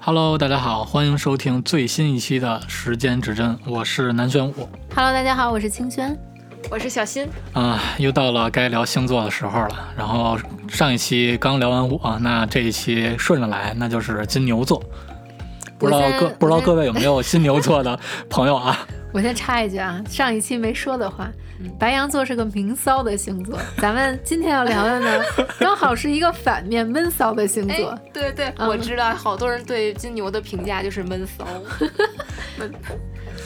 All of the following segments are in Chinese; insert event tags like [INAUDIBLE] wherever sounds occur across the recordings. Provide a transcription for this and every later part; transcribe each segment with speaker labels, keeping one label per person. Speaker 1: Hello，大家好，欢迎收听最新一期的《时间指针》，我是南玄武。
Speaker 2: Hello，大家好，我是清轩。
Speaker 3: 我是小新，
Speaker 1: 啊、又到了该聊星座的时候了。然后上一期刚聊完我，那这一期顺着来，那就是金牛座。不知道
Speaker 2: 我先
Speaker 1: 各不知道
Speaker 2: 我先
Speaker 1: 各位有没有金牛座的朋友 [LAUGHS] 啊？
Speaker 2: 我先插一句啊，上一期没说的话，白羊座是个明骚的星座，咱们今天要聊的 [LAUGHS] 呢，刚好是一个反面闷骚的星座。，
Speaker 3: 哎对对，
Speaker 2: 嗯
Speaker 3: 我知道，好多人对金牛的评价就是闷骚， [LAUGHS]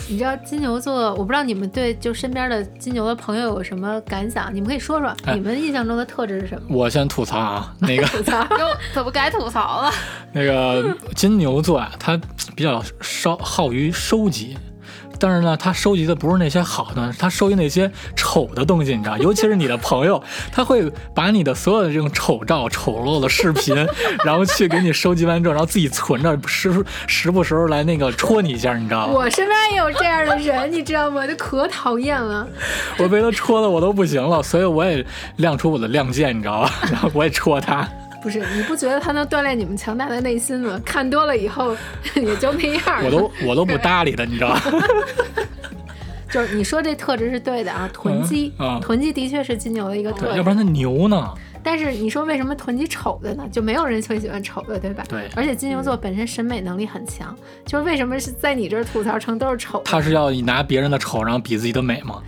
Speaker 2: 你知道金牛座，我不知道你们对就身边的金牛的朋友有什么感想？你们可以说说
Speaker 1: 哎
Speaker 2: 你们印象中的特质是什么？
Speaker 1: 我先吐槽啊，那个
Speaker 2: 吐槽
Speaker 3: 哟，怎么该吐槽了？
Speaker 1: 那个金牛座啊，他比较稍好于收集，但是呢，他收集的不是那些好的，他收集那些丑的东西，你知道，尤 [LAUGHS] 其是你的朋友，他会把你的所有的这种丑照、丑陋的视频， [LAUGHS] 然后去给你收集完之后，然后自己存着，时时不时候来那个戳你一下，你知道吗？
Speaker 2: 我身边也有这样的人，你知道吗？就可讨厌了。
Speaker 1: 我被他戳的我都不行了，所以我也亮出我的亮剑，你知道吧？然 [LAUGHS] 后我也戳他。
Speaker 2: 不是，你不觉得他能锻炼你们强大的内心吗？看多了以后 [LAUGHS] 也就那样了。
Speaker 1: 我都我都不搭理他，你知道吧？
Speaker 2: 就是你说这特质是对的啊，囤积，
Speaker 1: 嗯嗯
Speaker 2: 囤积的确是金牛的一个特
Speaker 1: [LAUGHS] 对，
Speaker 2: 质。
Speaker 1: 要不然他牛呢？
Speaker 2: 但是你说为什么囤积丑的呢？就没有人会喜欢丑的，对吧？
Speaker 1: 对嗯
Speaker 2: 而且金牛座本身审美能力很强，就是为什么是在你这儿吐槽成都是丑的，
Speaker 1: 他是要拿别人的丑，然后比自己的美吗？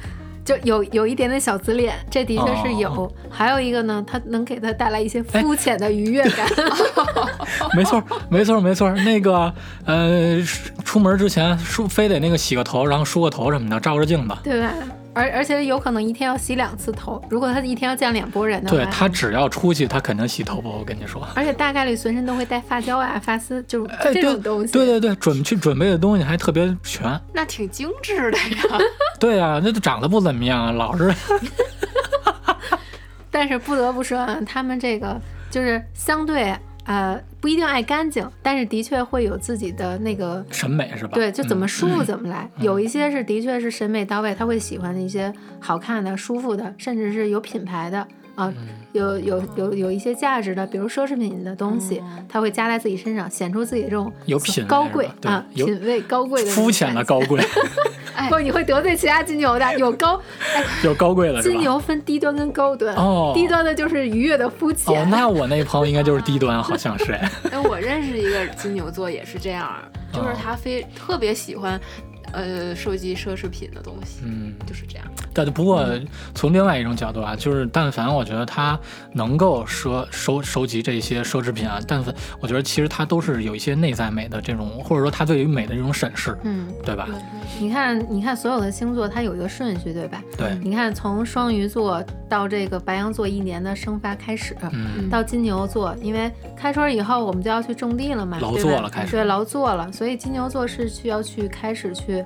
Speaker 2: 就有有一点点小自恋，这的确是有。
Speaker 1: 哦
Speaker 2: 还有一个呢，它能给他带来一些肤浅的愉悦感。
Speaker 1: 哎 [LAUGHS] 没错儿，没错儿，没错儿。那个，呃，出出门之前梳非得那个洗个头，然后梳个头什么的，照照镜子。
Speaker 2: [LAUGHS] 对吧？而而且有可能一天要洗两次头，如果他一天要见两拨人的话，
Speaker 1: 对他只要出去，他肯定洗头发。我跟你说，
Speaker 2: 而且大概率随身都会带发胶啊、发丝，就是
Speaker 1: 哎，
Speaker 2: [LAUGHS] 这
Speaker 1: 对
Speaker 2: 种东西。
Speaker 1: 对对对，准去准备的东西还特别
Speaker 2: [LAUGHS]
Speaker 1: 全。
Speaker 3: 那挺精致的呀， [LAUGHS]
Speaker 1: 对啊，那就长得不怎么样，啊老
Speaker 2: [LAUGHS]
Speaker 1: 是
Speaker 2: 但是不得不说啊，他们这个就是相对呃不一定爱干净，但是的确会有自己的那个
Speaker 1: 审美是吧？
Speaker 2: 对，就怎么
Speaker 1: 嗯
Speaker 2: 舒服怎么来。有一些是的确是审美到位，他会喜欢一些好看的、舒服的，甚至是有品牌的啊、
Speaker 1: 嗯
Speaker 2: 有有有有一些价值的，比如奢侈品的东西，他会加在自己身上，显出自己这种
Speaker 1: 有品味
Speaker 2: 高
Speaker 1: 是
Speaker 2: 贵
Speaker 1: 吧对
Speaker 2: 啊，
Speaker 1: 有
Speaker 2: 品味高贵的那种
Speaker 1: 肤浅的
Speaker 2: 感
Speaker 1: 高
Speaker 2: 觉。
Speaker 1: 贵，
Speaker 2: [LAUGHS] 不，你会得罪其他金牛的，
Speaker 1: [LAUGHS]
Speaker 2: 有高
Speaker 1: 有高贵了是
Speaker 2: 金
Speaker 1: 吧？
Speaker 2: 牛分低端跟高端，
Speaker 1: 哦
Speaker 2: 低端的就是愉悦的肤
Speaker 1: 哦，
Speaker 2: 浅，
Speaker 1: 那我那朋友应该就是低端，好像
Speaker 2: [LAUGHS]
Speaker 1: 是。
Speaker 3: 哎，我认识一个金牛座也是这样，
Speaker 1: 嗯
Speaker 3: 就是他非特别喜欢，呃，收集奢侈品的东西，
Speaker 1: 嗯，
Speaker 3: 就是这样。
Speaker 1: 但不过
Speaker 2: 嗯
Speaker 1: 从另外一种角度啊，就是但凡我觉得他能够收收收集这些奢侈品啊，但凡我觉得其实他都是有一些内在美的这种，或者说他对于美的这种审视，
Speaker 2: 嗯，
Speaker 1: 对吧？
Speaker 2: 你看，你看所有的星座，它有一个顺序，对吧？
Speaker 1: 对，
Speaker 2: 你看，从双鱼座到这个白羊座一年的生发开始，
Speaker 1: 嗯，
Speaker 2: 到金牛座，因为开春以后我们就要去种地了嘛，
Speaker 1: 劳
Speaker 2: 对吧
Speaker 1: 作了开始
Speaker 2: 对，劳作了，所以金牛座是需要去开始去。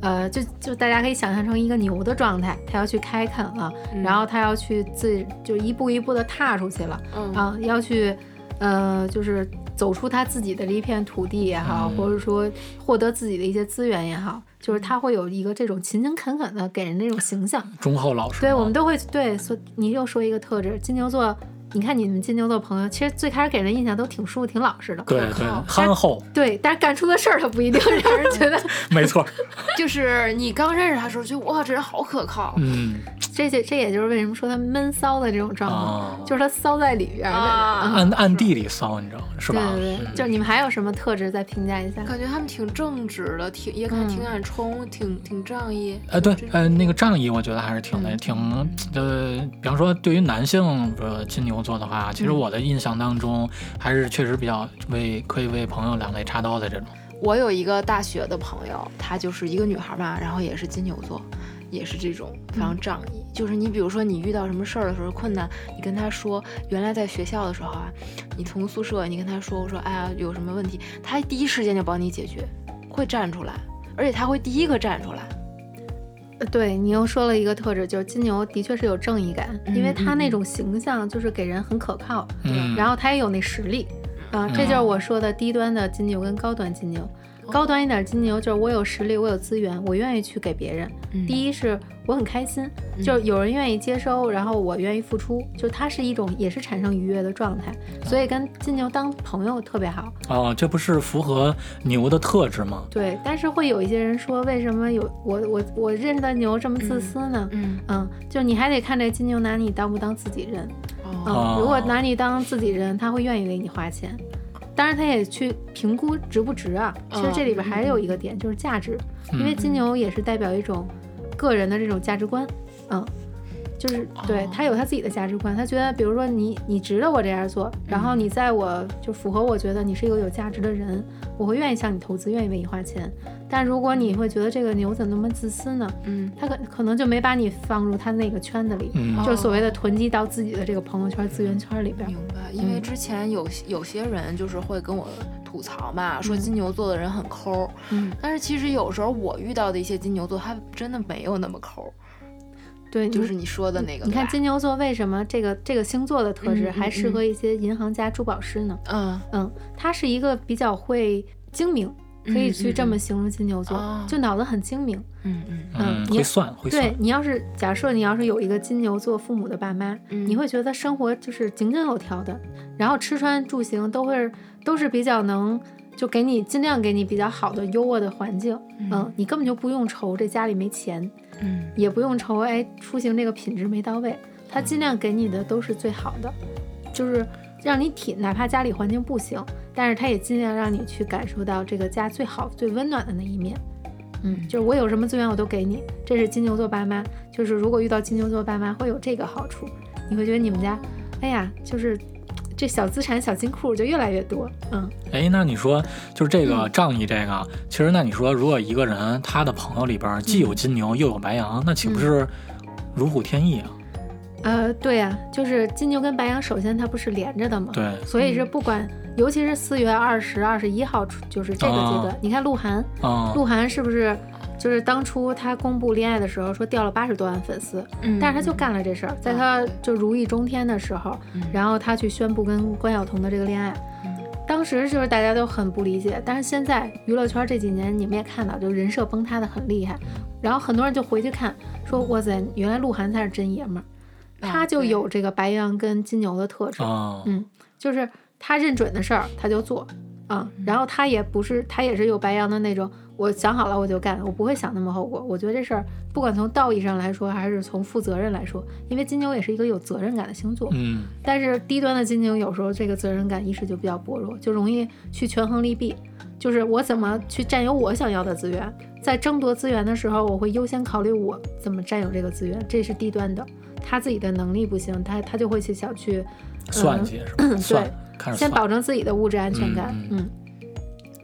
Speaker 2: 呃，就就大家可以想象成一个牛的状态，它要去开垦了，
Speaker 3: 嗯
Speaker 2: 然后它要去自就一步一步的踏出去了，
Speaker 3: 嗯，
Speaker 2: 啊，要去，呃，就是走出他自己的这一片土地也好，
Speaker 1: 嗯
Speaker 2: 或者说获得自己的一些资源也好，就是他会有一个这种勤勤恳恳的给人那种形象。
Speaker 1: 忠厚老实嘛。
Speaker 2: 对，我们都会对，所你又说一个特质，金牛座，你看你们金牛座朋友，其实最开始给人印象都挺舒服、挺老实的，
Speaker 1: 对
Speaker 3: 可
Speaker 1: 对
Speaker 3: 靠
Speaker 1: 憨厚，
Speaker 2: 对，但是干出的事儿他不一
Speaker 1: [LAUGHS]
Speaker 2: 定让人觉得
Speaker 1: 没错，
Speaker 2: [LAUGHS]
Speaker 3: 就是你刚认识他的时候，就哇，这人好可靠，
Speaker 1: 嗯
Speaker 2: 这些，这也就是为什么说他闷骚的这种状况，
Speaker 1: 啊，
Speaker 2: 就是他骚在里边儿的。
Speaker 3: 啊
Speaker 1: 暗暗地里骚，你知道是吧？
Speaker 2: 对对对，
Speaker 1: 嗯
Speaker 2: 就是你们还有什么特质再评价一下？
Speaker 3: 感觉他们挺正直的，挺也敢
Speaker 2: 嗯
Speaker 3: 挺敢冲，挺挺仗义。
Speaker 1: 呃，对
Speaker 3: 这，种
Speaker 1: 呃，那个仗义，我觉得还是挺那、
Speaker 2: 嗯
Speaker 1: 挺呃，比方说对于男性，比如说金牛座的话，其实
Speaker 2: 嗯
Speaker 1: 我的印象当中还是确实比较为可以为朋友两肋插刀的这种。
Speaker 3: 我有一个大学的朋友，她就是一个女孩嘛，然后也是金牛座，也是这种非常仗义。
Speaker 2: 嗯
Speaker 3: 就是你比如说你遇到什么事儿的时候困难，你跟她说，原来在学校的时候啊，你从宿舍你跟她说，我说哎呀有什么问题，她第一时间就帮你解决，会站出来，而且她会第一个站出来。
Speaker 2: 呃对你又说了一个特质，就是金牛的确是有正义感，
Speaker 3: 嗯
Speaker 2: 因为他那种形象就是给人很可靠，
Speaker 1: 嗯
Speaker 3: 嗯
Speaker 2: 呃然后他也有那实力，啊、这就是我说的低端的金牛跟高端金牛。
Speaker 3: 哦
Speaker 2: 高端一点金牛就是我有实力，我有资源，我愿意去给别人。
Speaker 3: 嗯
Speaker 2: 第一是我很开心，就是有人愿意接收，然后我愿意付出，就它是一种也是产生愉悦的状态，
Speaker 3: 嗯
Speaker 2: 所以跟金牛当朋友特别好。
Speaker 1: 哦，这不是符合牛的特质吗？
Speaker 2: 对，但是会有一些人说，为什么有我我我认得牛这么自私呢？
Speaker 3: 嗯
Speaker 2: 嗯，就你还得看这金牛拿你当不当自己人。
Speaker 3: 哦
Speaker 2: 嗯，如果拿你当自己人，他会愿意为你花钱。当然，他也去评估值不值啊。
Speaker 3: 哦
Speaker 2: 其实这里边还有一个点就是价值，
Speaker 3: 嗯
Speaker 2: 因为金牛也是代表一种个人的这种价值观，嗯，就是对
Speaker 3: 哦
Speaker 2: 他有他自己的价值观，他觉得比如说你你值得我这样做，然后你在我就符合我觉得你是一个有价值的人，我会愿意向你投资，愿意为你花钱。但如果你会觉得这个牛怎么那么自私呢？
Speaker 3: 嗯
Speaker 2: 他可可能就没把你放入他那个圈子里，
Speaker 1: 嗯
Speaker 2: 就是所谓的囤积到自己的这个朋友圈、资源圈里边。
Speaker 3: 明白，因为
Speaker 2: 嗯
Speaker 3: 之前有有些人就是会跟我吐槽嘛，说
Speaker 2: 嗯
Speaker 3: 金牛座的人很抠儿，
Speaker 2: 嗯，
Speaker 3: 但是其实有时候我遇到的一些金牛座，他真的没有那么抠儿，
Speaker 2: 对，
Speaker 3: 就
Speaker 2: 你
Speaker 3: 是你说的那个吧。
Speaker 2: 嗯你看金牛座为什么这个这个星座的特
Speaker 3: 嗯
Speaker 2: 质
Speaker 3: 嗯
Speaker 2: 还适
Speaker 3: 嗯
Speaker 2: 合一些银行家、珠宝师呢？
Speaker 3: 嗯，
Speaker 2: 嗯，他是一个比较会精明，可以去这么形容金牛座，
Speaker 3: 嗯哦
Speaker 2: 就脑子很精明。
Speaker 3: 嗯嗯
Speaker 1: 嗯，
Speaker 2: 嗯
Speaker 1: 会
Speaker 2: 你
Speaker 1: 算会算
Speaker 2: 对。你要是假设你要是有一个金牛座父母的爸妈，
Speaker 3: 嗯
Speaker 2: 你会觉得生活就是井井有条的，然后吃穿住行都会都是比较能。就给你尽量给你比较好的优渥的环境，
Speaker 3: 嗯
Speaker 2: 嗯，你根本就不用愁这家里没钱，
Speaker 3: 嗯
Speaker 2: 也不用愁哎出行这个品质没到位，他
Speaker 3: 嗯
Speaker 2: 尽量给你的都是最好的，就是让你体，哪怕家里环境不行，但是他也尽量让你去感受到这个家最好、最温暖的那一面。嗯，就是我有什么资源我都给你，这是金牛座爸妈。就是如果遇到金牛座爸妈，会有这个好处，你会觉得你们家，哎呀，就是这小资产、小金库就越来越多。嗯，
Speaker 1: 哎，那你说就是这个仗义这个啊，其实那你说如果一个人他的朋友里边既
Speaker 2: 嗯
Speaker 1: 有金牛又有白羊，那岂不是如虎添翼啊？
Speaker 2: 呃，对呀、就是金牛跟白羊，首先它不是连着的吗？
Speaker 1: 对，
Speaker 2: 所以是不管，尤其是四月二十、二十一号出，就是这个阶段。
Speaker 1: 哦
Speaker 2: 你看鹿晗，
Speaker 1: 嗯，
Speaker 2: 鹿晗是不是就是当初他公布恋爱的时候说掉了八十多万粉丝，
Speaker 3: 嗯
Speaker 2: 但是他就干了这事儿，在他就如意中天的时候，
Speaker 3: 嗯
Speaker 2: 然后他去宣布跟关晓彤的这个恋爱。当时就是大家都很不理解，但是现在娱乐圈这几年你们也看到，就人设崩塌的很厉害，然后很多人就回去看，说哇塞，原来鹿晗才是真爷们儿，
Speaker 3: 啊
Speaker 2: 他就
Speaker 3: 对
Speaker 2: 有这个白羊跟金牛的特质。
Speaker 1: 哦，
Speaker 2: 嗯，就是他认准的事儿他就做啊、然后他也不是他也是有白羊的那种，我想好了我就干，我不会想那么后果。我觉得这事儿不管从道义上来说，还是从负责任来说，因为金牛也是一个有责任感的星座，
Speaker 1: 嗯，
Speaker 2: 但是低端的金牛有时候这个责任感意识就比较薄弱，就容易去权衡利弊，就是我怎么去占有我想要的资源，在争夺资源的时候，我会优先考虑我怎么占有这个资源，这是低端的。他自己的能力不行，他他就会去想去
Speaker 1: 算计是吧？算，看着
Speaker 2: 嗯先
Speaker 1: 算。
Speaker 2: 保证自己的物质安全感。
Speaker 1: 嗯
Speaker 2: 嗯，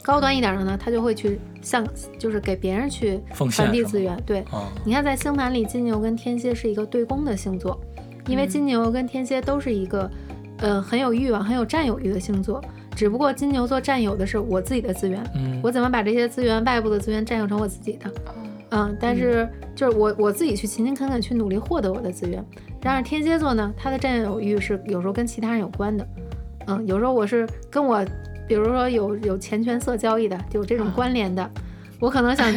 Speaker 2: 高端一点的呢，他就会去向，就是给别人去
Speaker 1: 奉献
Speaker 2: 传递
Speaker 1: 是吗
Speaker 2: 资源。对，
Speaker 1: 啊，
Speaker 2: 你看在星盘里，金牛跟天蝎是一个对宫的星座，因为金牛跟天蝎都是一个，呃，很有欲望、很有占有欲的星座。只不过金牛座占有的是我自己的资源，
Speaker 1: 嗯，
Speaker 2: 我怎么把这些资源、外部的资源占有成我自己的？嗯，但是就是我我自己去勤勤恳恳去努力获得我的资源。然而天蝎座呢，他的占有欲是有时候跟其他人有关的。嗯，有时候我是跟我，比如说有有钱权色交易的，有这种关联的，我可能想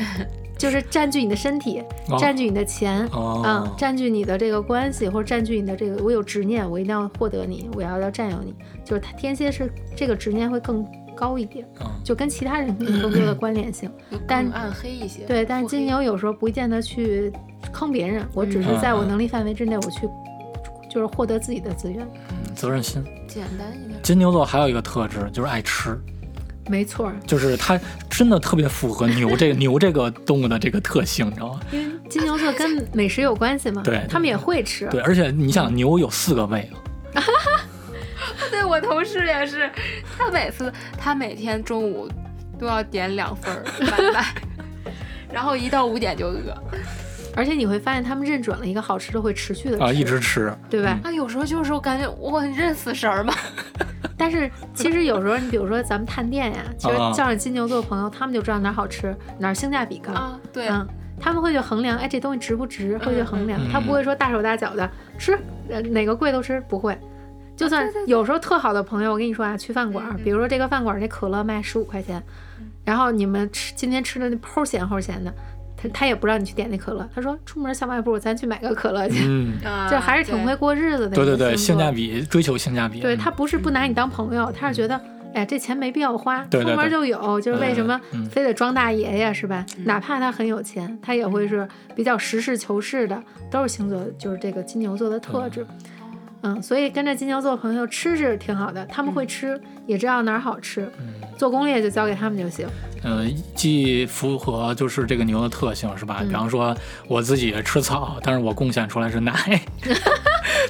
Speaker 2: 就是占据你的身体，
Speaker 1: 哦
Speaker 2: 占据你的钱，
Speaker 1: 哦
Speaker 2: 嗯，占据你的这个关系，或者占据你的这个，我有执念，我一定要获得你，我要要占有你。就是他天蝎是这个执念会更高一点，
Speaker 1: 嗯
Speaker 2: 就跟其他人有更多的关联性。
Speaker 3: 就更
Speaker 2: 但
Speaker 3: 暗黑一些。
Speaker 2: 对，但是
Speaker 3: 腹黑
Speaker 2: 金牛有时候不见得去坑别人，我只
Speaker 1: 嗯
Speaker 2: 是在我能力范围之内，我去就是获得自己的资源。
Speaker 1: 嗯责任心。
Speaker 3: 简单一点。 [LAUGHS]
Speaker 1: 金牛座还有一个特质就是爱吃，
Speaker 2: 没错儿，
Speaker 1: 就是它真的特别符合牛这牛这个动物的这个特性，你知道吗？
Speaker 2: 因为金牛座跟美食有关系嘛，
Speaker 1: 对
Speaker 2: 他们也会吃。
Speaker 1: 对，而且你
Speaker 2: 嗯
Speaker 1: 想，牛有四个胃，
Speaker 3: 对我同事也是，他每次他每天中午都要点两份儿外卖， [LAUGHS] 然后一到五点就饿。
Speaker 2: 而且你会发现，他们认准了一个好吃的，会持续的吃，
Speaker 1: 啊，一直吃，
Speaker 2: 对吧？
Speaker 3: 啊，有时候就是我感觉我认死神儿吧。
Speaker 2: 但是其实有时候，你比如说咱们探
Speaker 1: [LAUGHS]
Speaker 2: 店呀，其实
Speaker 1: 啊
Speaker 2: 叫上金牛座朋友，他们就知道哪儿好吃，哪儿性价比高。
Speaker 3: 啊，对，
Speaker 2: 嗯，他们会去衡量，哎，这东西值不值，会去衡量
Speaker 1: 嗯，
Speaker 2: 他不会说大手大脚的吃，呃，哪个贵都吃，不会。就算有时候特好的朋友，我跟你说啊，去饭馆儿，比如说这个饭馆儿这可乐卖十五块钱，然后你们吃今天吃的那齁咸齁咸的，他他也不让你去点那可乐，他说出门小卖部咱去买个可乐去，
Speaker 1: 嗯，
Speaker 3: 啊
Speaker 2: 就还是挺会过日子的
Speaker 1: 对
Speaker 2: 一个星座。
Speaker 1: 对对，性价比追求性价比，嗯
Speaker 2: 对他不是不拿你当朋友，他是觉得，哎呀，这钱没必要花，
Speaker 1: 对对
Speaker 2: 出门
Speaker 1: 对
Speaker 2: 就有，就是为什么
Speaker 1: 嗯嗯
Speaker 2: 非得装大爷呀，是吧？哪怕他很有钱，他也会
Speaker 1: 嗯
Speaker 2: 是比较实事求是的，都是星座，就是这个金牛座的特质。嗯，所以跟着金牛座朋友吃是挺好的，他们
Speaker 1: 嗯
Speaker 2: 会吃，也知道哪儿好吃，做攻略就交给他们
Speaker 1: [LAUGHS]
Speaker 2: 就行。
Speaker 1: 嗯、呃，既符合就是这个牛的特性是吧？比
Speaker 2: 嗯
Speaker 1: 方说我自己吃草，但是我贡献出来是
Speaker 2: [LAUGHS]
Speaker 1: 奶，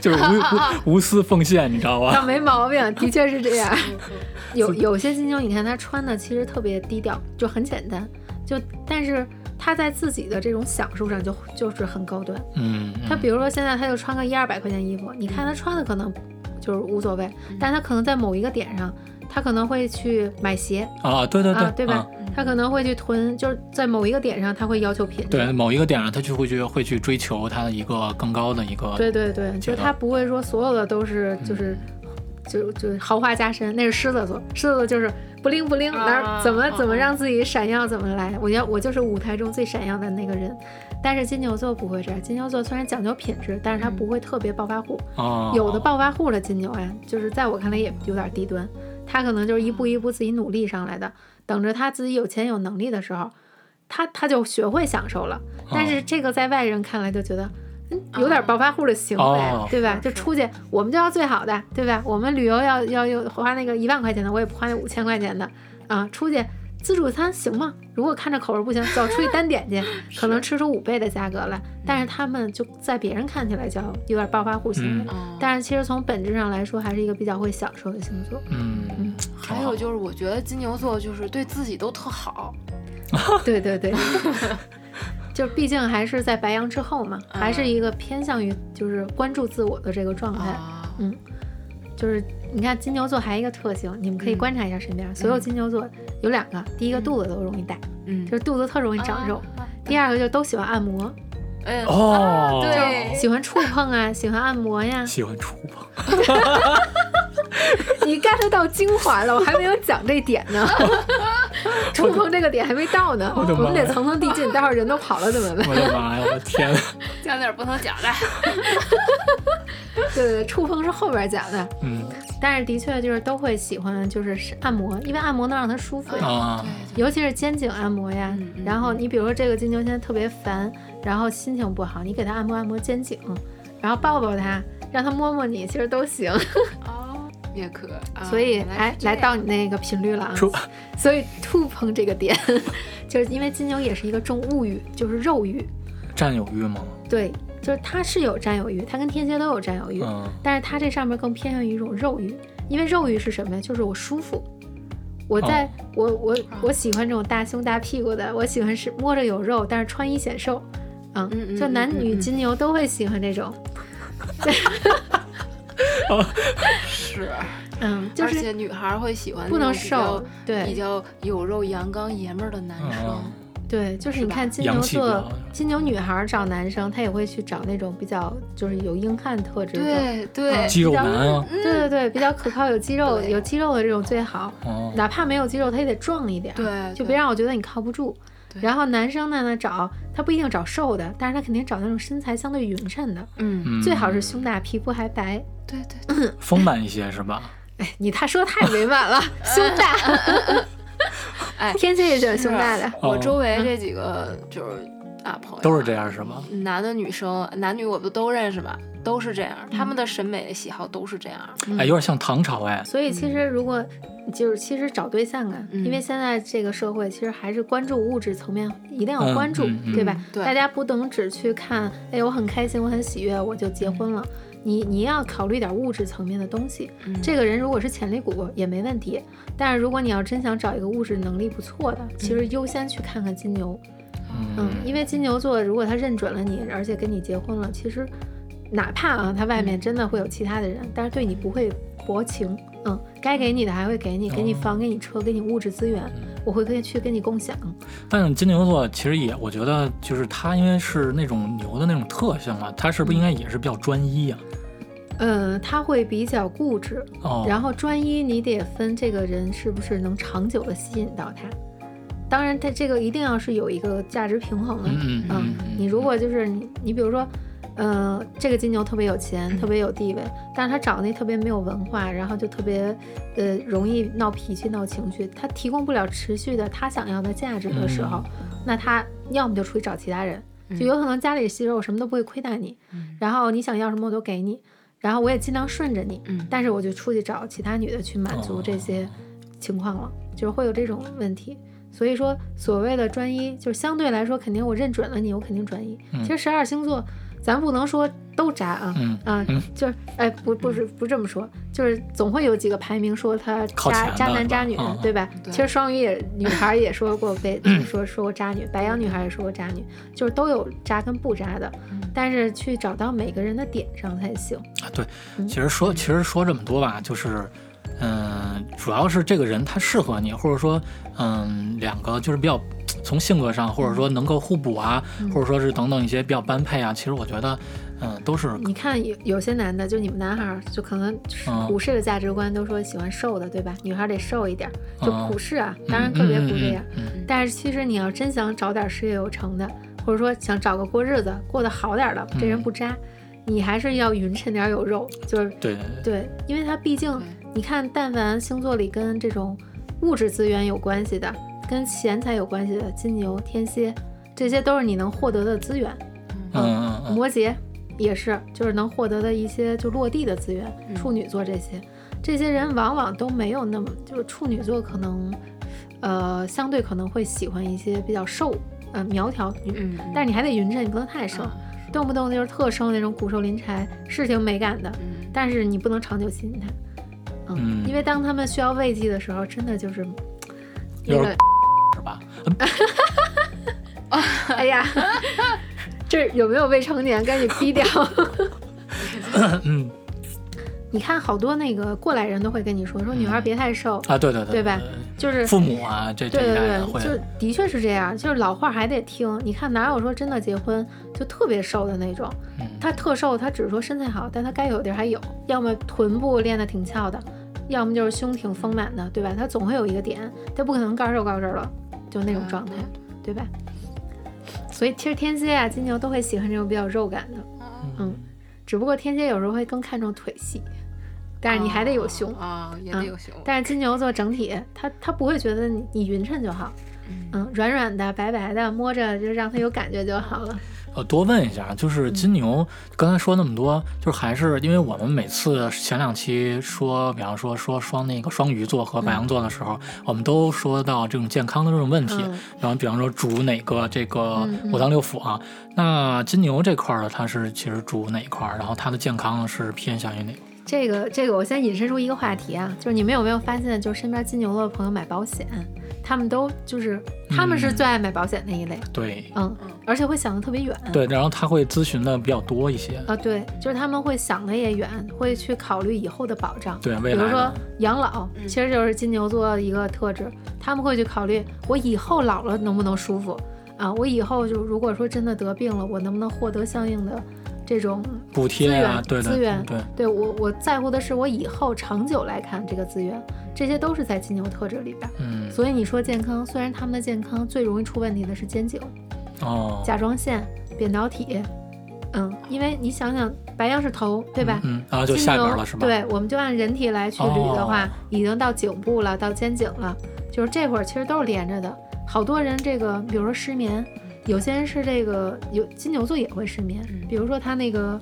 Speaker 1: 就是无无无私奉献，你知道吧？
Speaker 2: 倒没毛病，的确是这样。
Speaker 1: [LAUGHS]
Speaker 3: 嗯
Speaker 2: 有有些金牛，你看他穿的其实特别低调，就很简单，就但是他在自己的这种享受上就就是很高端。
Speaker 1: 嗯，
Speaker 2: 他
Speaker 1: 嗯
Speaker 2: 比如说现在他就穿个一二百块钱衣服，你看他穿的可能就是无所谓，但他可能在某一个点上，他可能会去买鞋
Speaker 1: 啊，对对对，
Speaker 2: 啊，对吧
Speaker 1: 啊？
Speaker 2: 他可能会去囤，就是在某一个点上他会要求品质。
Speaker 1: 对，某一个点上，他就会去会去追求他的一个更高的一个
Speaker 2: 对对对，
Speaker 1: 觉
Speaker 2: 就
Speaker 1: 得
Speaker 2: 他不会说所有的都是就是、就就豪华加身，那是狮子座，狮子座就是不灵不灵，
Speaker 3: 啊
Speaker 2: 哪儿怎么
Speaker 3: 啊
Speaker 2: 怎么让自己闪耀怎么来。我要我就是舞台中最闪耀的那个人，但是金牛座不会这样，金牛座虽然讲究品质，但是他不会特别暴发户。
Speaker 1: 哦，
Speaker 2: 有的暴发户的金牛呀，就是在我看来也有点低端，他可能就是一步一步自己努力上来的，等着他自己有钱有能力的时候，他他就学会享受了。
Speaker 1: 啊哦
Speaker 2: 但是这个在外人看来就觉得。嗯，有点暴发户的行为，
Speaker 1: 哦
Speaker 2: 对吧
Speaker 3: 是？
Speaker 2: 就是出去，我们就要最好的，对吧？我们旅游要要要花那个一万块钱的，我也不花那五千块钱的啊。出去自助餐行吗？如果看着口味不行，走出去单点
Speaker 1: [LAUGHS]
Speaker 2: 去，可能吃出五倍的价格来。但是他们就在别人看起来叫有点暴发户行为，
Speaker 1: 嗯
Speaker 2: 但是其实从本质上来说，还是一个比较会享受的星 [LAUGHS] 座。
Speaker 1: 嗯，
Speaker 3: 还有就是，我觉得金牛座就是对自己都特好，
Speaker 2: 对对 [LAUGHS] 对，就毕竟还是在白羊之后嘛，还是一个偏向于就是关注自我的这个状态。
Speaker 3: 啊
Speaker 2: 就是你看金牛座还有一个特性，你们可以
Speaker 3: 嗯
Speaker 2: 观察一下身边、所有金牛座有两个，第一个肚子都容易大，
Speaker 3: 嗯，
Speaker 2: 就是肚子特容易长肉；
Speaker 3: 啊，
Speaker 2: 第二个就都喜欢按摩，
Speaker 3: 嗯，
Speaker 2: 啊
Speaker 1: 哦，
Speaker 3: 对，
Speaker 2: 喜欢触碰啊，喜欢按摩呀。
Speaker 1: 喜欢触碰，
Speaker 2: [LAUGHS] 你 get 到精华了，我还没有讲这点呢， [LAUGHS] 触碰这个点还没到呢，
Speaker 1: 我的妈呀
Speaker 2: 们得层层递进，待会儿人都跑了怎么办？
Speaker 1: 我的妈呀，我的天，
Speaker 3: 讲点不能讲
Speaker 2: [LAUGHS]
Speaker 3: 的，
Speaker 2: 对对，对触碰是后边讲的，
Speaker 1: 嗯
Speaker 2: 但是的确就是都会喜欢就是按摩，因为按摩能让他舒服呀。
Speaker 1: 啊，
Speaker 2: 尤其是肩颈按摩呀。
Speaker 3: 嗯嗯
Speaker 2: 然后你比如说这个金牛现在特别烦，然后心情不好，你给他按摩按摩肩颈，然后抱抱他，让他摸摸你，其实都行。
Speaker 3: 哦，也可，啊
Speaker 2: [LAUGHS] 所以
Speaker 3: 原
Speaker 2: 来
Speaker 3: 是这
Speaker 2: 来
Speaker 3: 样
Speaker 2: 到你那个频率了啊。
Speaker 1: 触
Speaker 2: 所以触碰这个点， [LAUGHS] 就是因为金牛也是一个重物欲，就是肉欲，
Speaker 1: 占有欲吗？
Speaker 2: 对，就是他是有占有欲，他跟天蝎都有占有欲，
Speaker 1: 嗯
Speaker 2: 但是它这上面更偏向于一种肉欲，因为肉欲是什么呀？就是我舒服，我在、
Speaker 1: 哦
Speaker 2: 我我
Speaker 3: 啊
Speaker 2: 我喜欢这种大胸大屁股的，我喜欢是摸着有肉，但是穿衣显瘦，嗯，
Speaker 3: 嗯嗯
Speaker 2: 就男
Speaker 3: 嗯
Speaker 2: 女
Speaker 3: 嗯
Speaker 2: 金牛都会喜欢这种，
Speaker 3: 是，
Speaker 2: 嗯，就
Speaker 3: 而且
Speaker 2: 是
Speaker 3: 女孩儿会喜欢
Speaker 2: 不
Speaker 3: 那
Speaker 2: 能
Speaker 3: 种比较
Speaker 2: 瘦，对
Speaker 3: 比较有肉阳刚爷们儿的男生
Speaker 1: 嗯，
Speaker 2: 对，就是你
Speaker 3: 吧
Speaker 2: 看金
Speaker 1: 洋
Speaker 2: 牛
Speaker 1: 气不
Speaker 2: 座
Speaker 1: 要，
Speaker 2: 金牛女孩儿找男生，她也会去找那种比较就是有硬汉特质的，
Speaker 3: 对对
Speaker 2: 嗯，
Speaker 1: 肌肉男啊，
Speaker 2: 对对对，比较可靠有肌肉有肌肉的这种最好，
Speaker 1: 哦，
Speaker 2: 哪怕没有肌肉，他也得壮一点，
Speaker 3: 对
Speaker 2: 就
Speaker 3: 对
Speaker 2: 别让我觉得你靠不住。
Speaker 3: 对
Speaker 2: 然后男生呢呢找他不一定找瘦的，但是他肯定找那种身材相对匀称的，
Speaker 3: 嗯，
Speaker 1: 嗯
Speaker 2: 最好是胸大皮肤还白。
Speaker 3: 对对对，
Speaker 1: 丰满一些是
Speaker 2: [LAUGHS]
Speaker 1: 吧？
Speaker 2: 哎，你他说太委婉了，胸大，
Speaker 3: 哎，
Speaker 2: 天蝎也喜欢胸大的。
Speaker 1: 哦
Speaker 3: 我周
Speaker 2: 嗯
Speaker 3: 围这几个就是啊朋友
Speaker 1: 都是这
Speaker 3: 样，
Speaker 1: 样是吧？
Speaker 3: 男的女生，男女我不都认识嘛，都是这样，他们
Speaker 2: 嗯
Speaker 3: 的审美喜好都是这样，
Speaker 1: 哎，有点像唐朝哎，
Speaker 2: 所以其实如果就是其实找对象啊，
Speaker 3: 嗯
Speaker 2: 因为现在这个社会其实还是关注物质层面，一定要
Speaker 1: 嗯
Speaker 2: 关注，
Speaker 1: 嗯嗯
Speaker 2: 对吧？
Speaker 3: 对
Speaker 2: 大家不能只去看，哎，我很开心，我很喜悦，我就结婚了。你你要考虑点物质层面的东西。
Speaker 3: 嗯
Speaker 2: 这个人如果是潜力股也没问题，但是如果你要真想找一个物质能力不错的，其实优先去看看金牛，嗯，
Speaker 1: 嗯
Speaker 2: 因为金牛座如果他认准了你，而且跟你结婚了，其实哪怕啊他外面真的会有其他的人，但是对你不会薄情，嗯，该给你的还会给你，给你房，给你车，给你物质资源，我会跟去跟你共享，
Speaker 1: 但是金牛座其实也，我觉得就是他，因为是那种牛的那种特性嘛，他是不是应该也是比较专一啊？
Speaker 2: 嗯，他会比较固执，
Speaker 1: 哦，
Speaker 2: 然后专一你得分这个人是不是能长久的吸引到他。当然，它这个一定要是有一个价值平衡的。啊
Speaker 1: 嗯嗯嗯嗯
Speaker 2: 你如果就是你，你比如说，呃，这个金牛特别有钱，
Speaker 1: 嗯
Speaker 2: 特别有地位，但是他找那特别没有文化，然后就特别，呃，容易闹脾气、闹情绪，他提供不了持续的他想要的价值的时候，
Speaker 1: 嗯
Speaker 2: 那他要么就出去找其他人，就有可能家里其实我什么都不会亏待你，
Speaker 3: 嗯
Speaker 2: 然后你想要什么我都给你，然后我也尽量顺着你，
Speaker 3: 嗯
Speaker 2: 但是我就出去找其他女的去满
Speaker 1: 哦
Speaker 2: 足这些情况了，就是会有这种问题。所以说，所谓的专一，就是相对来说，肯定我认准了你，我肯定专一。
Speaker 1: 嗯
Speaker 2: 其实十二星座，咱不能说都渣啊，
Speaker 1: 嗯
Speaker 2: 啊，
Speaker 1: 嗯
Speaker 2: 就是哎，不不是不这么说，就是总会有几个排名说他
Speaker 1: 靠前
Speaker 2: 渣
Speaker 1: 的是
Speaker 2: 渣男
Speaker 1: 吧
Speaker 2: 渣女，
Speaker 1: 嗯
Speaker 2: 对吧？
Speaker 3: 对
Speaker 2: 其实双鱼也女孩也说过
Speaker 1: [CLEARS THROAT]
Speaker 2: 被说说过渣女，白羊女孩也说过渣女，就是都有渣跟不渣的，
Speaker 3: 嗯
Speaker 2: 但是去找到每个人的点上才行。
Speaker 1: 啊，对，
Speaker 2: 嗯
Speaker 1: 其实说其实说这么多吧，就是，嗯，主要是这个人他适合你，或者说，嗯，两个就是比较从性格上，或者
Speaker 2: 嗯
Speaker 1: 说能够互补啊，或者说是等等一些比较般配啊，其实我觉得，嗯，都是
Speaker 2: 你看有有些男的，就你们男孩儿，就可能
Speaker 1: 嗯
Speaker 2: 普世的价值观都说喜欢瘦的，对吧？女孩儿得瘦一点儿，就
Speaker 1: 嗯
Speaker 2: 普世啊，当然个别不这样。
Speaker 1: 嗯嗯嗯
Speaker 2: 但是其实你要真想找点事业有成的，或者说想找个过日子过得好点儿的，这
Speaker 1: 嗯
Speaker 2: 人不渣，你还是要匀称点儿有肉，就是
Speaker 1: 对对对，
Speaker 2: 对，因为他毕竟
Speaker 3: 对
Speaker 2: 你看，但凡星座里跟这种物质资源有关系的，跟钱财有关系的，金牛、天蝎，这些都是你能获得的资源。
Speaker 1: 嗯嗯嗯，
Speaker 2: 摩羯也是，就是能获得的一些就落地的资源，
Speaker 3: 嗯
Speaker 2: 处女座这些，这些人往往都没有那么，就是处女座可能，呃，相对可能会喜欢一些比较瘦，呃，苗条女，
Speaker 3: 嗯，
Speaker 2: 但是你还得匀称，你不能太瘦，动不动就是特瘦那种骨瘦嶙峋，是挺美感的，
Speaker 3: 嗯
Speaker 2: 但是你不能长久吸引他，嗯，
Speaker 1: 嗯
Speaker 2: 因为当他们需要慰藉的时候，真的就是。
Speaker 1: 有
Speaker 2: 那
Speaker 1: 点
Speaker 2: 个，
Speaker 1: 是吧？嗯
Speaker 2: [LAUGHS] 哎呀，这有没有未成年？赶紧逼掉。
Speaker 1: [LAUGHS] 嗯
Speaker 2: 你看好多那个过来人都会跟你说，说女孩别太瘦，
Speaker 1: 啊，对对对
Speaker 2: 对吧就是
Speaker 1: 父母啊，这
Speaker 2: 对
Speaker 1: 这一
Speaker 2: 对
Speaker 1: 代的
Speaker 2: 对，
Speaker 1: 会，
Speaker 2: 就的确是这样，就是老话还得听。你看哪有说真的结婚就特别瘦的那种？
Speaker 1: 嗯
Speaker 2: 他特瘦，他只是说身材好，但他该有的地儿还有，要么臀部练得挺翘的，要么就是胸挺丰满的，对吧？他总会有一个点，他不可能高瘦高瘦了，就那种
Speaker 3: 嗯
Speaker 2: 状态，对吧？所以其实天蝎啊、金牛都会喜欢这种比较肉感的，嗯，只不过天蝎有时候会更看重腿细，但是你还得有胸。
Speaker 3: 啊，也得有胸，
Speaker 2: 但是金牛座整体，他他不会觉得你你匀称就好，嗯，软软的、白白的，摸着就让他有感觉就好了。
Speaker 1: 我呃多问一下，
Speaker 2: 嗯
Speaker 1: 就是金牛刚才说那么多，就是还是因为我们每次前两期说，比方说说双那个双鱼座和
Speaker 2: 嗯
Speaker 1: 白羊座的时候，我们都说到这种健康的这种问题，
Speaker 2: 嗯
Speaker 1: 然后比方说主哪个这个
Speaker 2: 嗯嗯
Speaker 1: 五脏六腑啊，那金牛这块儿呢，它是其实主哪一块儿，然后它的健康是偏向于哪个？
Speaker 2: 这个这个，我先引申出一个话题啊，就是你们有没有发现，就是身边金牛座的朋友买保险，他们都就是他们是最爱买保险那一类，
Speaker 1: 对
Speaker 2: 嗯，而且会想的特别远。
Speaker 1: 对，然后他会咨询的比较多一些，
Speaker 2: 啊，对，就是他们会想的也远，会去考虑以后的保障。
Speaker 1: 对未
Speaker 2: 比如
Speaker 1: 来
Speaker 2: 说
Speaker 1: 的
Speaker 2: 养老，其实就是金牛座的一个特质，他们会去考虑我以后老了能不能舒服啊，我以后就如果说真的得病了，我能不能获得相应的这种
Speaker 1: 补贴啊，对
Speaker 2: 资
Speaker 1: 对
Speaker 2: 源资源
Speaker 1: 对，
Speaker 2: 对我我在乎的是我以后长久来看这个资源，这些都是在金牛特质里边。
Speaker 1: 嗯，
Speaker 2: 所以你说健康，虽然他们的健康最容易出问题的是肩颈、
Speaker 1: 哦，
Speaker 2: 甲状腺、扁桃体，嗯，因为你想想，白羊是头，对吧？
Speaker 1: 嗯，然后就下边了是吧？
Speaker 2: 对，我们就按人体来去捋的话，
Speaker 1: 哦
Speaker 2: 已经到颈部了，到肩颈了，就是这会儿其实都是连着的。好多人这个，比如说失眠，有些人是这个有金牛座也会失眠，
Speaker 3: 嗯
Speaker 2: 比如说他那个，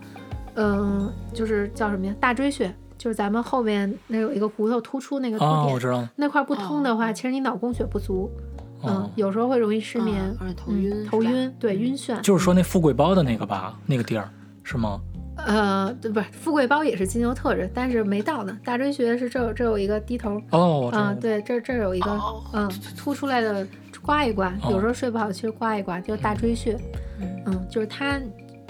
Speaker 2: 嗯、就是叫什么呀，大椎穴，就是咱们后面那有一个骨头突出那个凸
Speaker 1: 哦，
Speaker 2: 点，
Speaker 1: 我知道了，
Speaker 2: 那块儿不通的话，
Speaker 3: 哦
Speaker 2: 其实你脑供血不足，
Speaker 1: 哦
Speaker 2: 嗯，。有时候会容易失眠，
Speaker 3: 啊而且头
Speaker 2: 嗯
Speaker 3: 晕，
Speaker 2: 头，晕，对，晕眩，
Speaker 1: 就是说那富贵包的那个吧，那个地儿是吗？
Speaker 2: 呃，对，不是富贵包也是金牛特质，但是没到呢。大椎穴是这有这有一个低头，
Speaker 1: 哦，我知道
Speaker 2: 啊、
Speaker 1: 了
Speaker 2: 对，这这有一个，
Speaker 3: 哦
Speaker 2: 嗯，凸出来的刮一刮，有时候睡不好其实刮一刮，就是大椎穴，
Speaker 3: 嗯
Speaker 2: 嗯，就是它，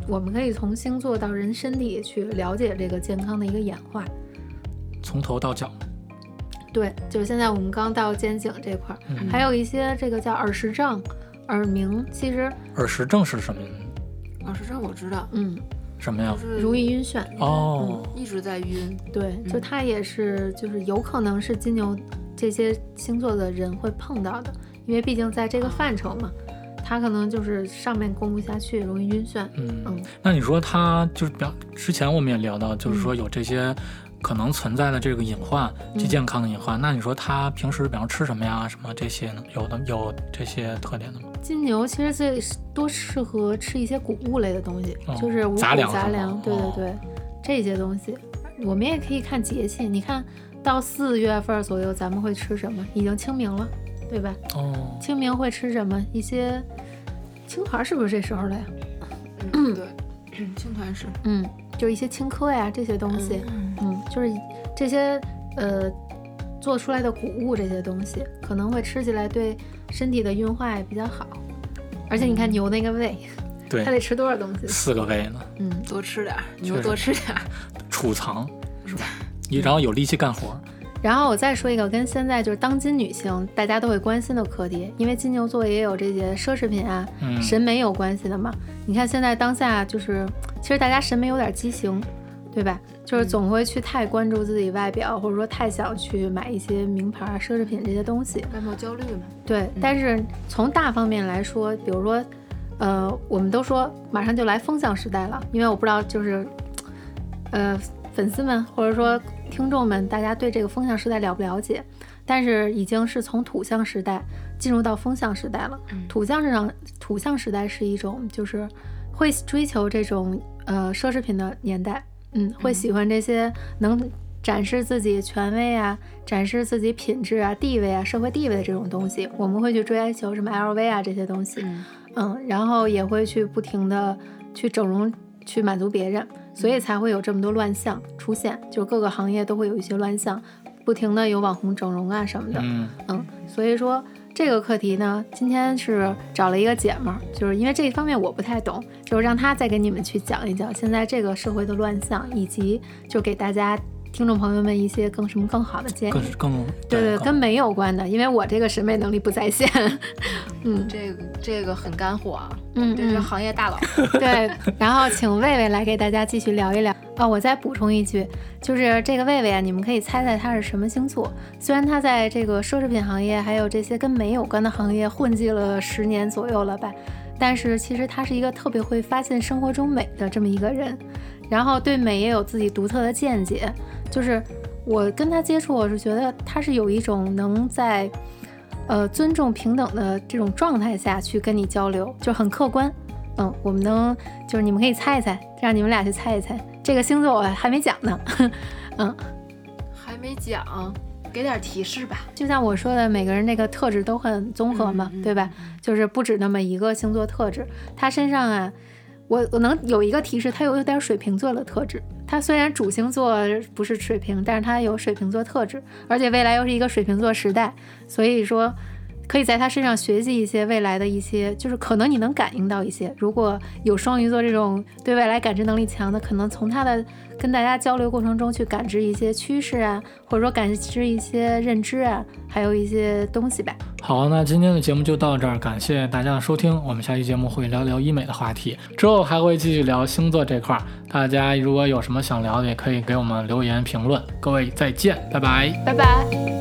Speaker 2: 我们可以从星座到人身体去了解这个健康的一个演化。
Speaker 1: 从头到脚。
Speaker 2: 对，就是现在我们刚到肩颈这块儿，
Speaker 1: 嗯
Speaker 2: 还有一些这个叫耳石症、耳鸣，其实，
Speaker 1: 耳石症是什么
Speaker 3: 老师这我知道，
Speaker 2: 嗯，
Speaker 1: 什么呀
Speaker 3: 就？是
Speaker 2: 容易晕眩，
Speaker 1: 哦，
Speaker 3: 一直在晕，
Speaker 2: 对，就
Speaker 3: 嗯
Speaker 2: 它也是，就是有可能是金牛这些星座的人会碰到的，因为毕竟在这个范畴嘛，他可能就是上面供不下去，容易晕眩。
Speaker 1: 嗯
Speaker 2: 嗯，
Speaker 1: 那你说他就是比方之前我们也聊到，就是
Speaker 2: 嗯
Speaker 1: 说有这些可能存在的这个隐患，及健康的隐患。那你说他平时比方吃什么呀，什么这些呢？有的有这些特点的吗？
Speaker 2: 金牛其实最多适合吃一些谷物类的东西，
Speaker 1: 哦
Speaker 2: 就是五谷
Speaker 1: 杂粮是吗
Speaker 2: 杂粮，对对
Speaker 1: 哦
Speaker 2: 对，这些东西。我们也可以看节气，你看到四月份左右咱们会吃什么？已经清明了，对吧？
Speaker 1: 哦，
Speaker 2: 清明会吃什么？一些青团是不是这时候了呀？
Speaker 3: 嗯，对，青团是
Speaker 2: 嗯，就是一些青稞呀这些东西，嗯，就是这些呃做出来的谷物这些东西，可能会吃起来对身体的运化也比较好。而且你看牛那个胃，它
Speaker 1: 嗯对，
Speaker 2: 得吃多少东
Speaker 1: [LAUGHS]
Speaker 2: 西？
Speaker 1: 四个胃呢，
Speaker 2: 嗯，
Speaker 3: 多吃点儿，你
Speaker 1: 确
Speaker 3: 就
Speaker 1: 实
Speaker 3: 多吃点儿。
Speaker 1: 储藏
Speaker 2: [LAUGHS]
Speaker 1: 是吧？你然后有力气干活，
Speaker 2: 然后我再说一个跟现在就是当今女性大家都会关心的课题，因为金牛座也有这些奢侈品啊、
Speaker 1: 嗯，
Speaker 2: 审美有关系的嘛。你看现在当下就是，其实大家审美有点畸形，对吧？就是
Speaker 1: 嗯
Speaker 2: 总会去太关注自己外表，或者说太想去买一些名牌啊、奢侈品这些东西。
Speaker 3: 外貌焦虑嘛，
Speaker 2: 对，但是从大方面来说，比如说，呃，我们都说马上就来风向时代了，因为我不知道就是，呃，粉丝们或者说听众们，大家对这个风向时代了不了解？但是已经是从土象时代进入到风象时代了。
Speaker 3: 嗯
Speaker 2: 土象市场，土象时代是一种就是会追求这种呃奢侈品的年代，嗯，会
Speaker 3: 嗯
Speaker 2: 喜欢这些能展示自己权威啊、展示自己品质啊、地位啊、社会地位的这种东西，我们会去追求什么 LV 啊这些东西，
Speaker 3: 嗯，
Speaker 2: 嗯，然后也会去不停的去整容，去满足别人，所以才会有这么多乱象出现，就是各个行业都会有一些乱象，不停的有网红整容啊什么的，
Speaker 1: 嗯，
Speaker 2: 嗯，所以说这个课题呢，今天是找了一个姐们儿，就是因为这一方面我不太懂，就是让她再给你们去讲一讲现在这个社会的乱象，以及就给大家听众朋友们一些更什么更好的建
Speaker 1: 更
Speaker 2: 议。
Speaker 1: 更
Speaker 2: 对对，跟
Speaker 1: 更
Speaker 2: 美有关的，因为我这个审美能力不在线。 [LAUGHS] 嗯
Speaker 3: 这个这个很干货啊，
Speaker 2: 嗯，
Speaker 3: 这是
Speaker 2: 嗯
Speaker 3: 行业大佬。
Speaker 2: [LAUGHS] 对，然后请魏魏来给大家继续聊一聊啊、我再补充一句，就是这个魏魏啊，你们可以猜猜他是什么星座。虽然他在这个奢侈品行业还有这些跟美有关的行业混迹了十年左右了吧，但是其实他是一个特别会发现生活中美的这么一个人，然后对美也有自己独特的见解。就是我跟他接触，我是觉得他是有一种能在。呃，尊重平等的这种状态下去跟你交流，就很客观，嗯，我们能就是你们可以猜一猜，让你们俩去猜一猜。这个星座我还没讲呢， [LAUGHS]
Speaker 3: 还没讲，给点提示吧。
Speaker 2: 就像我说的，每个人那个特质都很综合嘛，
Speaker 3: 嗯嗯
Speaker 2: 对吧？就是不止那么一个星座特质，他身上啊，我我能有一个提示，他有有点水瓶座的特质。他虽然主星座不是水瓶，但是他有水瓶座特质，而且未来又是一个水瓶座时代，所以说可以在他身上学习一些未来的一些，就是可能你能感应到一些。如果有双鱼座这种对未来感知能力强的，可能从他的跟大家交流过程中去感知一些趋势啊，或者说感知一些认知啊，还有一些东西吧。
Speaker 1: 好，那今天的节目就到这儿，感谢大家的收听。我们下期节目会聊聊医美的话题，之后还会继续聊星座这块儿。大家如果有什么想聊的，也可以给我们留言评论。各位再见，拜拜。
Speaker 2: 拜拜。